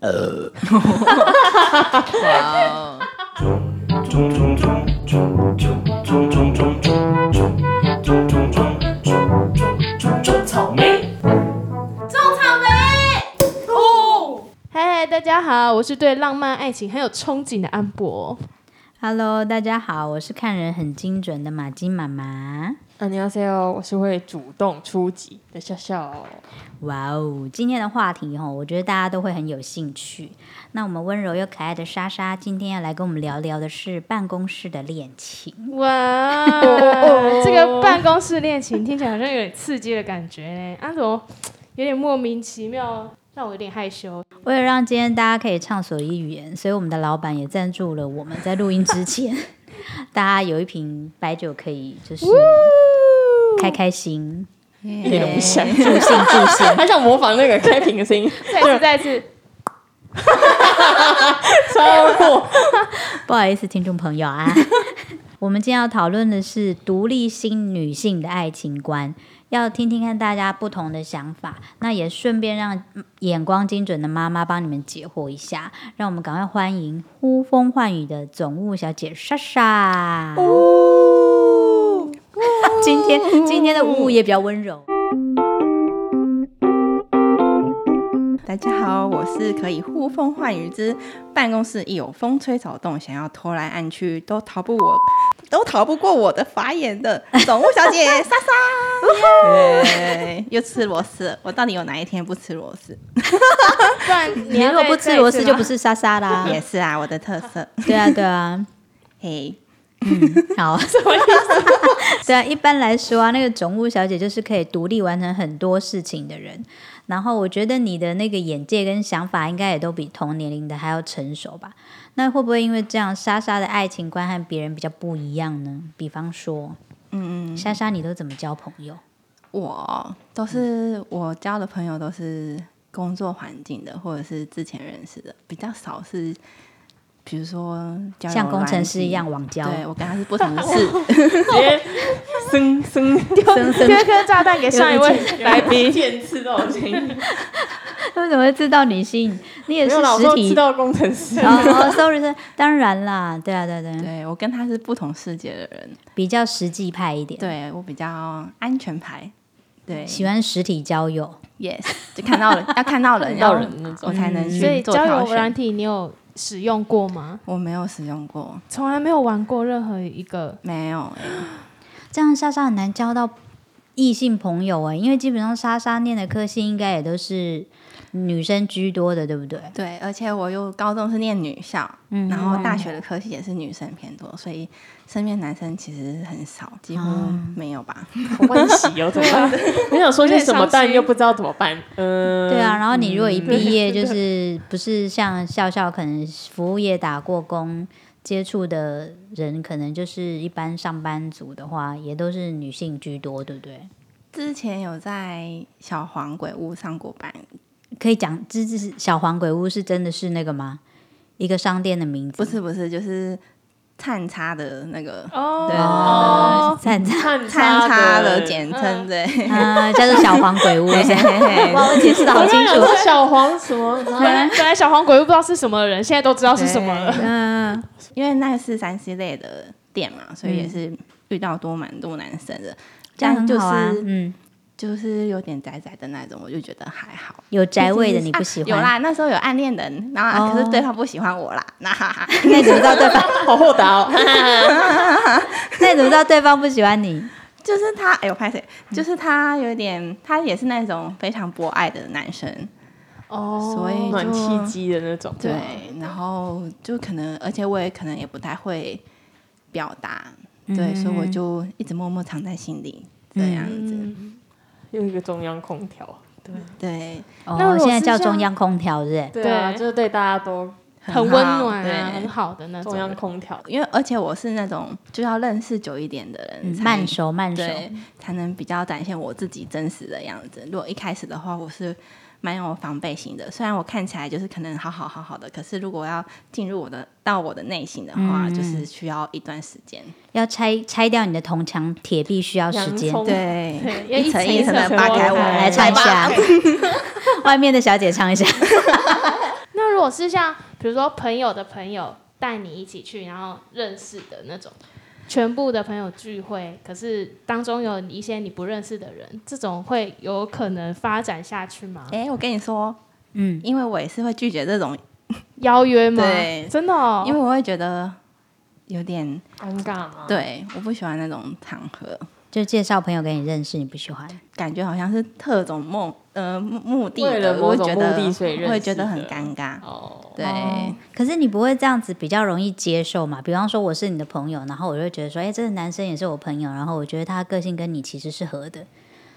呃，哇哦，嗨，大家好，我是对浪漫爱情很有憧憬的安博。 Hello，大家好，我是看人很精准的马金妈妈。 안녕하세요，我是会主动出击的笑笑。哇哦，今天的话题哈，我觉得大家都会很有兴趣。那我们温柔又可爱的莎莎，今天要来跟我们聊聊的是办公室的恋情。哇，这个办公室恋情听起来好像有点刺激的感觉呢。安博有点莫名其妙，让我有点害羞。为了让今天大家可以畅所欲言，所以我们的老板也赞助了我们在录音之前，大家有一瓶白酒可以就是开开心。一点都不想，助兴助兴，还想模仿那个开屏的声音，再次，再次，超过。 不好意思，听众朋友啊， 我们今天要讨论的是独立新女性的爱情观，要听听看大家不同的想法，那也顺便让嗯眼光精准的妈妈帮你们解惑一下，让我们赶快欢迎呼风唤雨的总务小姐莎莎。今天今天的呜也比较温柔。大家好，我是可以呼风唤雨之办公室一有风吹草动，想要偷来暗去都逃不我，都逃不过我的法眼的总务小姐 莎莎。耶又吃螺丝，我到底有哪一天不吃螺丝？不然你你如果不吃螺丝，就不是。是莎莎啦。也是啊，我的特色。对啊，对啊。嘿， 好， 对啊，一般来说啊，那个总务小姐就是可以独立完成很多事情的人。然后我觉得你的那个眼界跟想法，应该也都比同年龄的还要成熟吧？那会不会因为这样，莎莎的爱情观和别人比较不一样呢？比方说，嗯，莎莎，你都怎么交朋友？我都是我交的朋友都是工作环境的，或者是之前认识的，比较少是，比如说交友像工程师软体一样。网交，对，我跟他是不同的事，直接森森掉真 真丢一颗炸弹给上一位来宾，宾，见吃到声音，他们怎么会知道 你性？你也没是有老实说体吃到工程师。哦哦，sorry，sorry，当然啦，对啊，对啊对啊，对我跟他是不同世界的人，比较实际派一点，，对我比较安全牌，对喜欢实体交友。 ，yes，就看到人，要看到 人，嗯看到要人那种我才能所以去做交挑友软选。体你有使用过吗？我没有使用过，从来没有玩过任何一个。没有、欸，这样莎莎很难交到异性朋友哎、因为基本上莎莎念的科系应该也都是女生居多的，对不对？对，而且我又高中是念女校，然后大学的科系也是女生偏多，所以身边男生其实很少，几乎没有吧。好欢喜哦，怎么 办？很想说些什么，但又不知道怎么办。嗯，对啊，然后你如果一毕业就是不是像笑笑，可能服务业打过工，接触的人可能就是一般上班族的话，也都是女性居多，对不对？之前有在小黄鬼屋上过班，可以讲，这这是小黄鬼屋是真的是那个吗？一个商店的名字不是不是，就是灿叉的那个，对，哦，赞 赞看灿叉的嗯的简称，对。啊，叫做小黄鬼屋， 嘿嘿嘿哇，我解释的好我清刚想楚。说小黄什么，然后本来本来小黄鬼又不知道是什么人，现在都知道是什么了。嗯，因为那是三 C 类的店嘛，所以也是遇到多蛮多男生的，这样但就嗯很是、好啊。嗯，就是有点宅宅的那种，我就觉得还好。有宅味的毕你竟不喜啊有欢，啦，那时候有暗恋人，然后哦啊、可是对方不喜欢我啦，那 哈哈， 那你怎么知道对 方？好豁达哦。那你怎么知道对方不喜欢你？就是他，哎呦拍谁？嗯就是他有点，他也是那种非常博爱的男生，哦所以暖就气机的那种，对，啊然后就可能，而且我也可能也不太会表达，嗯对，所以我就一直默默藏在心里，这样子，嗯又一个中央空调，对，那如哦，果现在是叫这样中央空调是不是？对啊，就是对大家都很温暖啊，对很好的那种中。央空调。因为而且我是那种就要认识久一点的人嗯才，慢熟慢熟，对，才能比较展现我自己真实的样子。如果一开始的话，我是蛮有防备心的。虽然我看起来就是可能好好好好的，可是如果要进入我的到我的内心的话，就是需要一段时间。要拆拆掉你的铜墙铁壁需要时间洋。葱对，要一一层层一层一的层扒开剥我 开来唱一下，外面的小姐唱一下。那如果是像比如说朋友的朋友带你一起去，然后认识的那种，全部的朋友聚会，可是当中有一些你不认识的人，这种会有可能发展下去吗？哎、我跟你说，嗯，因为我也是会拒绝这种，邀约吗？对真的、哦，因为我会觉得有点尴尬吗？对，我不喜欢那种场合，就介绍朋友给你认识，你不喜欢，感觉好像是特种梦呃目目的的，为了某我种会觉得目的所以认识我会觉得很的尴尬。哦，对，哦可是你不会这样子比较容易接受嘛？比方说我是你的朋友，然后我就会觉得说，哎、这个男生也是我朋友，然后我觉得他个性跟你其实是合的，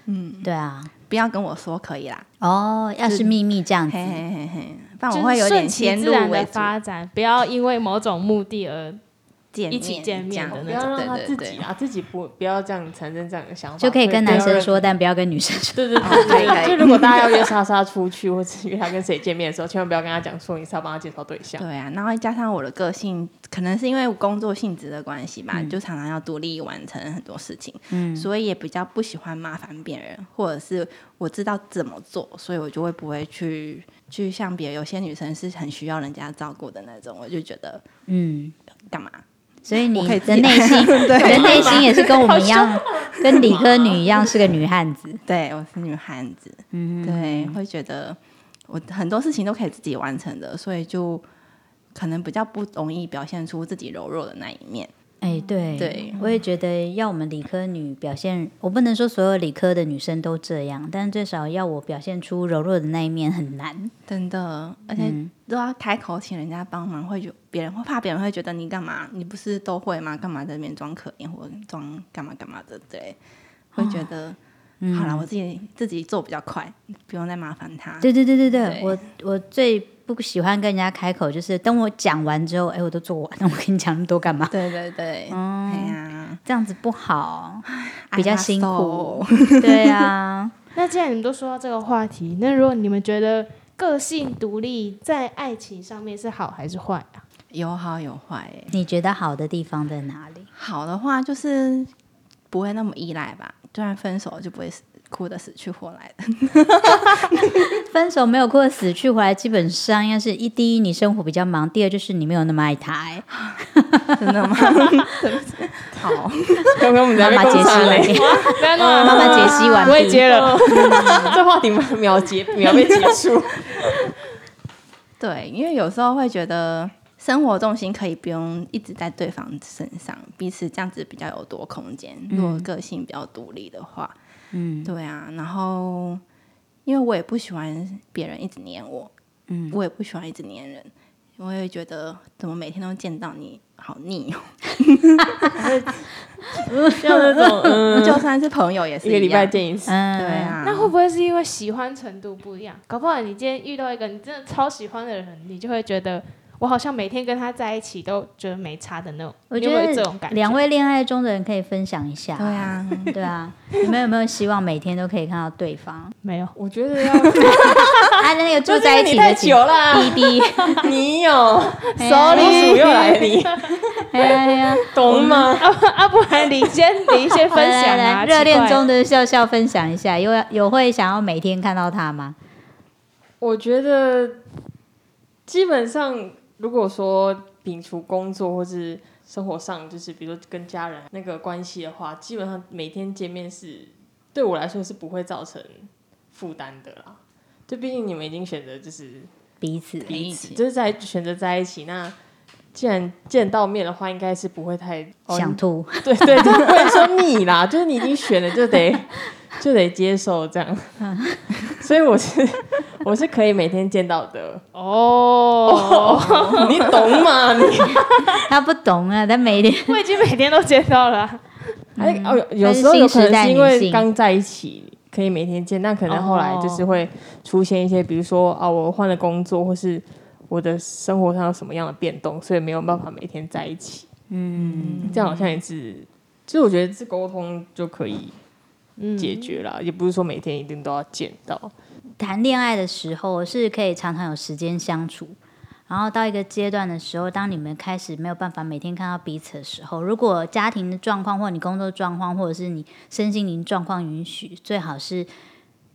嗯，对啊，不要跟我说可以啦，哦，要是秘密这样嗯嘿子，嘿嘿嘿，不然就我会是有顺点其先自入然为的主，发展，不要因为某种目的而见一起见面这的样不那要让他对自对对己啊，自己不不要这样产生这样的想法，就可以跟不要男生让说，但不要跟女生说。 对对对对可以可以对，就如果大家要约莎莎出去，或是约她跟谁见面的时候，千万不要跟她讲说你是要帮她介绍对象。对啊，然后加上我的个性，可能是因为工作性质的关系吧，就常常要独立完成很多事情，所以也比较不喜欢麻烦别人，或者是我知道怎么做，所以我就会不会去去像别人有些女生是很需要人家照顾的那种，我就觉得嗯，干嘛？所以你我可以的自己内心， 你的内心也是跟我们一样，啊跟理科女一样是个女汉子。对我是女汉子，对，会觉得我很多事情都可以自己完成的，所以就可能比较不容易表现出自己柔弱的那一面。哎，对，对我也觉得要我们理科女表现，我不能说所有理科的女生都这样，但最少要我表现出柔弱的那一面很难。真的，而且都要开口请人家帮忙，会有别人会怕别人会觉得你干嘛？你不是都会吗？干嘛在那边装可怜或者装干嘛干嘛的？对，会觉得、嗯好了，我自己自己做比较快，不用再麻烦他。对对对对对，对我我最不喜欢跟人家开口，就是等我讲完之后，哎，我都做完了，我跟你讲那么多干嘛？对对对，哎呀，这样子不好，比较 I'm not 辛苦 so。对啊，那既然你们都说到这个话题，那如果你们觉得个性独立在爱情上面是好还是坏啊？有好有坏、欸。你觉得好的地方在哪里？好的话就是不会那么依赖吧，就算分手就不会死哭的死去活来的。分手没有哭的死去活来，基本上应该是一第一你生活比较忙，第二就是你没有那么爱他、哎，真的吗？好，刚刚我们在妈那妈边解共产嘞析完，不要哦妈妈解析完毕，我也接了。这话题秒结秒被结束。对，因为有时候会觉得生活重心可以不用一直在对方身上，彼此这样子比较有多空间。如嗯果个性比较独立的话，嗯对啊，然后因为我也不喜欢别人一直黏我，嗯，我也不喜欢一直黏人，我也觉得怎么每天都见到你好腻 哦。像那种嗯，就算是朋友也是一个礼拜样，见一次，嗯，对。啊，那会不会是因为喜欢程度不一样？搞不好你今天遇到一个你真的超喜欢的人，你就会觉得我好像每天跟他在一起都觉得没差的那种。我你觉有没有得这种感觉？两位恋爱中的人可以分享一下，对啊，对啊，你们有没有希望每天都可以看到 对方？没有，我觉得 要啊，那个住在一起你的太请久啦，哔哔，你 有哎老呀鼠又来你，哎呀，懂吗？啊不啊，不然你先你先分享 来啊，来来奇怪热恋中的笑笑分享一下，有有会想要每天看到他吗？我觉得基本上，如果说摒除工作或是生活上，就是比如说跟家人那个关系的话，基本上每天见面是对我来说是不会造成负担的啦。就毕竟你们已经选择就是彼此，彼彼此此就是在选择在一起，那既然见到面的话，应该是不会太哦想吐， 对对，就不能说你啦，就是你已经选了，就得就得接受这样。 所以我是我是可以每天见到的，哦， 你懂吗？你他不懂啊，他每天我已经每天都接到了啊。 哎哦，有他有嗯是时候有新可时能代是因女为性哦刚在一起可以每天见，但可能后来就是会出现一些，比如说啊，我换了工作，或是我的生活上有什么样的变动，所以没有办法每天在一起。嗯，这样好像也是，就是我觉得是沟通就可以嗯解决啦，也不是说每天一定都要见到。 谈恋爱的时候是可以常常有时间相处，然后到一个阶段的时候，当你们开始没有办法每天看到彼此的时候，如果家庭的状况或你工作状况，或者是你身心灵状况允许，最好是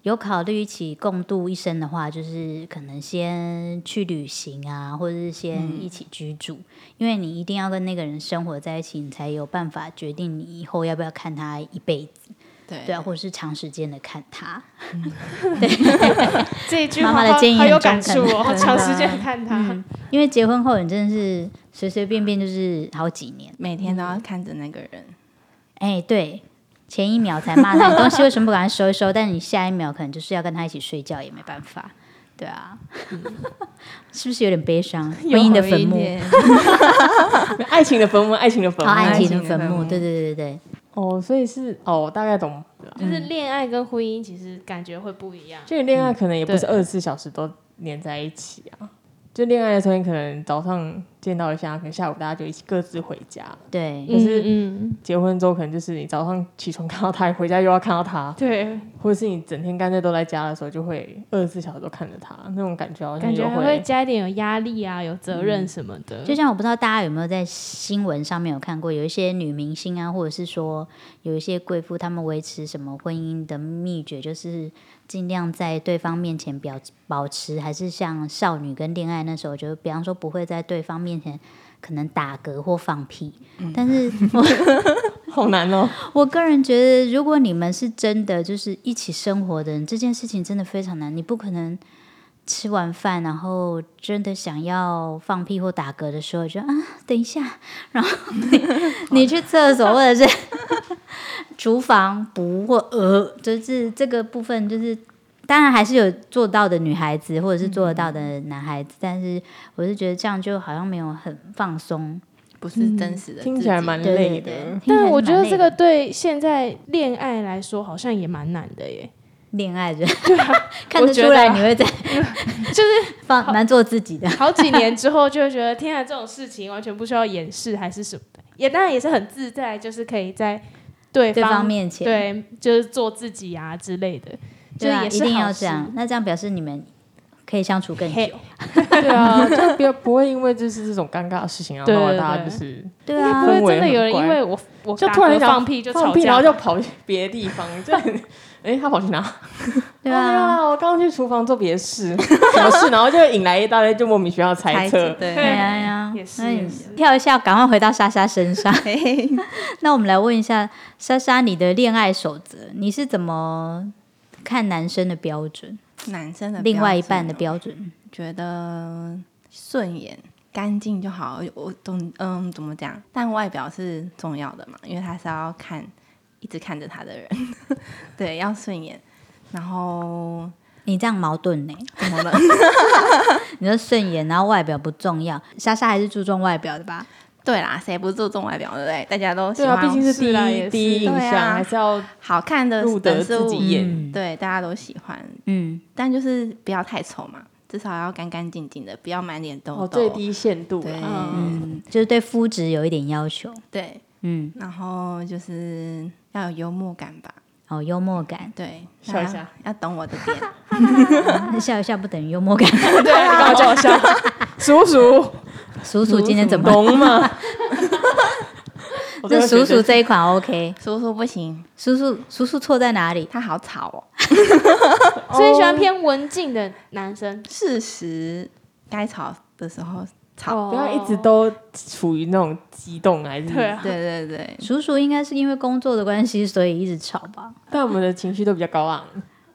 有考虑一起共度一生的话，就是可能先去旅行啊，或者是先一起居住，因为你一定要跟那个人生活在一起，你才有办法决定你以后要不要看他一辈子，对对啊，或者是长时间的看他。这一句妈话妈的好建议好有很中感触肯哦，好 真长的时间看他。嗯，因为结婚后你真的是随随便便就是好几年。每天都嗯要看着那个人，哎，对，前一秒才骂他，你东西为什么不赶快收一收？但你下一秒可能就是要跟他一起睡觉，也没办法。对啊，嗯 是不是有点悲 伤？婚姻的坟墓，爱情的坟墓，爱情的坟哦，墓。爱爱情情的的坟坟墓，墓对对对对哦，所以是哦，我大概懂了。嗯就是恋爱跟婚姻其实感觉会不一样。就恋爱可能也不是对二十四小时都黏在一起啊。就恋爱的时候，你可能早上见到一下，可能下午大家就一起各自回家。对对，可是嗯，嗯结婚之后，可能就是你早上起床看到他，回家又要看到他，对，或者是你整天干脆都在家的时候，就会二十四小时都看着他，那种感觉好像感觉又还会加一点有压力啊，有责任什么的。就像我不知道大家有没有在新闻上面有看过，有一些女明星啊，或者是说有一些贵妇，她们维持什么婚姻的秘诀，就是尽量在对方面前表保持，还是像少女跟恋爱那时候，就比方说不会在对方面前可能打嗝或放屁。但是我 好难哦。我个人觉得，如果你们是真的就是一起生活的人，这件事情真的非常难，你不可能。吃完饭，然后真的想要放屁或打嗝的时候，就啊，等一下， 然后你你去厕所或者是 厨房不或呃，就是这个部分，就是当然还是有做到的女孩子或者是做得到的嗯男孩子，但是我是觉得这样就好像没有很放松，不是真实的嗯自己，听起来蛮对累对的。对。听起来但是我觉蛮得累这的个对现在恋爱来说好像也蛮难的耶，恋爱人， 啊看得我出觉得来你 会在，就是放蛮做自己的，好几年之后就会觉得，天啊，这种事情完全不需要掩饰还是什么的，也当然也是很自在，就是可以在对对方方面前，对，就是做自己啊之类的，对啊，就也一是定好要事这样。。那这样表示你们可以相处更嘿久，对 啊，就不要不会因为就是这种尴尬的事情，然对后对大家对就是对啊不，会氛围真的很有人怪因为我我就打突然嗝想放屁就放吵屁，然架后了，就跑去别的地方，就很 哎、他跑去哪？对哦没有啊，啦，我刚刚去厨房做别的事，什么事，然后就引来一大堆就莫名其妙的猜 猜测测。对对对啊呀也，是那也你是跳一下，赶快回到莎莎身上。 嘿 嘿嘿那我们来问一下莎莎，你的恋爱守则，你是怎么看男生的标准，男生的另外一半的标准哦标准？觉得顺眼、干净就好。我懂，嗯，怎么讲？但外表是重要的嘛，因为他是要看，一直看着他的人， 对，要顺眼。然后你这样矛盾呢、怎么了？ 你说顺眼，然后外表不重要，莎莎还是注重外表的吧？对啦，谁不注重外表，对不对？大家都喜对啊，欢毕竟是第是啦一也第一是印对象，啊还是要好看的入得人事自己物，眼。嗯对，大家都喜欢。嗯，但就是不要太丑嘛，至少要干干净净的，不要满脸痘哦，痘。最低限度对啦。嗯，就是对肤质有一点要求。对，嗯，然后就是要有幽默感吧。哦，幽默感， 对，笑一那下，要懂我的点。笑一笑不等于幽默感。 对啊，你刚刚叫我笑，叔叔，鼠鼠今天怎么？懂吗？那鼠鼠在这一款 OK，叔叔不行，鼠鼠鼠鼠错在哪里？他好吵哦。所以喜哦欢偏文静的男生，事实该吵的时 候吵，不要一直哦都处于那种激动还是？对啊对对对，鼠鼠应该是因为工作的关系，所以一直吵吧？但我们的情绪都比较高昂，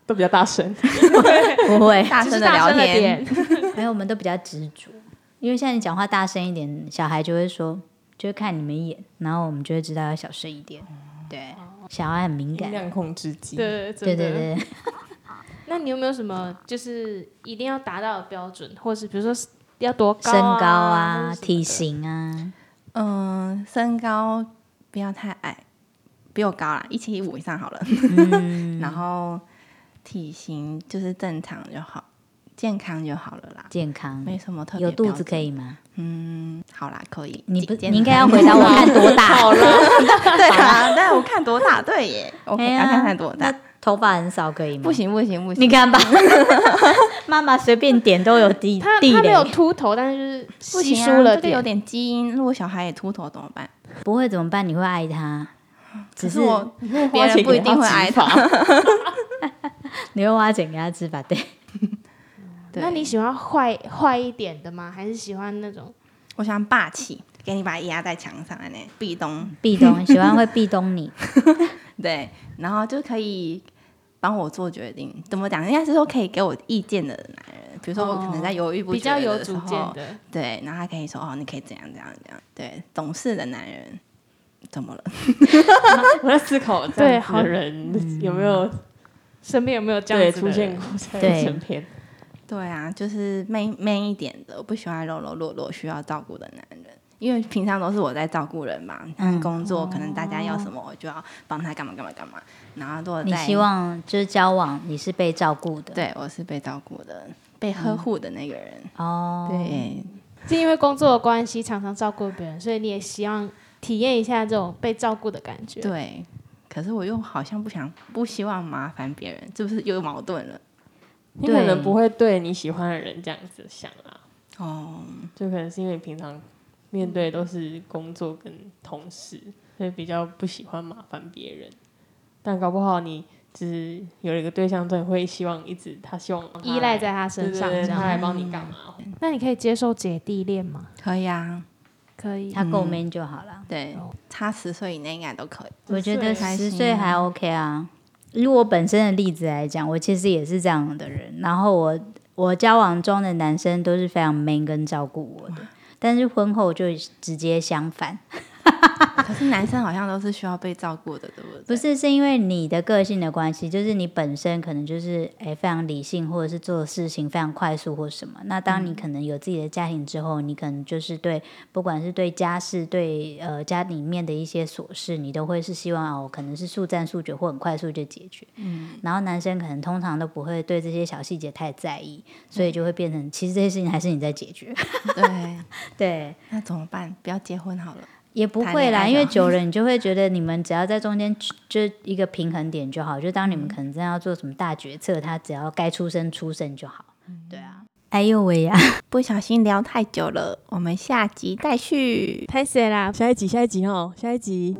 都比较大声。不会，大只声是的大聊声的天，点，没有，我们都比较执着。因为现在你讲话大声一点，小孩就会说，就会看你们一眼，然后我们就会知道要小声一点。对，小孩很敏音感。量控制机，对对真对的。对，对那你有没有什么就是一定要达到的标准，或是比如说是要多高、身啊、高或啊是什，么的体型啊，嗯，身高不要太矮，比我高啦，一七五以上好了。嗯 然后体型就是正常就好，健康就好了啦，健康，没什么特别。有肚子可，以吗？嗯，好啦，可以。你不，健你应该要回答我看多 大。 好了， 对 啦，但我看多大，对耶，我哎看呀要看看多大，头发很少可以吗？不行不行不行，你看吧， 妈妈随便点都有地他地他没雷，有秃头，但是不就是稀行疏啊，了这个点。有点基因，如果小孩也秃头怎么办？不会怎么办？你会爱他，只可是我你会花别人钱不给一定会爱他你会挖茧给他吃吧？对，对那你喜欢坏坏一点的吗？还是喜欢那种我喜欢霸气，给你把它压在墙上呢，壁咚。壁咚，喜欢会壁咚你，对，然后就可以帮我做决定。怎么讲？应该是说可以给我意见的男人，比如说我可能在犹豫不哦比决较有的时主候，见的？对，然后他可以说哦，你可以怎样怎样怎样。对，懂事的男人怎么了？ 我在思考这对样子好的人有没有身边有没有这对样子出的现人？过在对身边？对啊，就是 man man 一点的，我不喜欢柔柔弱弱需要照顾的男人。因为平常都是我在照顾人嘛，嗯像工作、可能大家要什么，我就要帮他干嘛干嘛干嘛。然后如果你在希望就是交往你是被照顾的，对我是被照顾的、被呵护的那个人。哦，对，是因为工作的关系，常常照顾别人，所以你也希望体验一下这种被照顾的感觉。对，可是我又好像不想不希望麻烦别人，这不是又矛盾了？你可对能不会对你喜欢的人这样子想啊，哦，就可能是因为你平常面对都是工作跟同事，所以比较不喜欢麻烦别人。但搞不好你只是有一个对象，对，会希望一直他希望他依赖在他对身对上，这对他来样。帮你干嘛？那你可以接受姐弟恋吗？可以啊，可以。他够 man 就好了。对，差十岁以内应该都可以。我觉得十岁十岁还 OK 啊。以我本身的例子来讲，我其实也是这样的人。然后我我交往中的男生都是非常 man 跟照顾我的，但是婚后就直接相反。可是男生好像都是需要被照顾的，对不对？不是，是因为你的个性的关系，就是你本身可能就是诶非常理性，或者是做事情非常快速或什么。那当你可能有自己的家庭之后，你可能就是对不管是对家事、对呃家里面的一些琐事，你都会是希望哦，可能是速战速决或很快速就解决。嗯。然后男生可能通常都不会对这些小细节太在意，所以就会变成其实这些事情还是你在解决。对，对。那怎么办？不要结婚好了。也不谈会恋啦，爱因为的久了你就会觉得你们只要在中间就一个平衡点就好，就当你们可能真的要做什么大决策，他只要该出声出声就好。嗯对啊，哎呦喂呀，不小心聊太久了，我们下集再续。拍谁啦？下一集，下一集哦，下一集。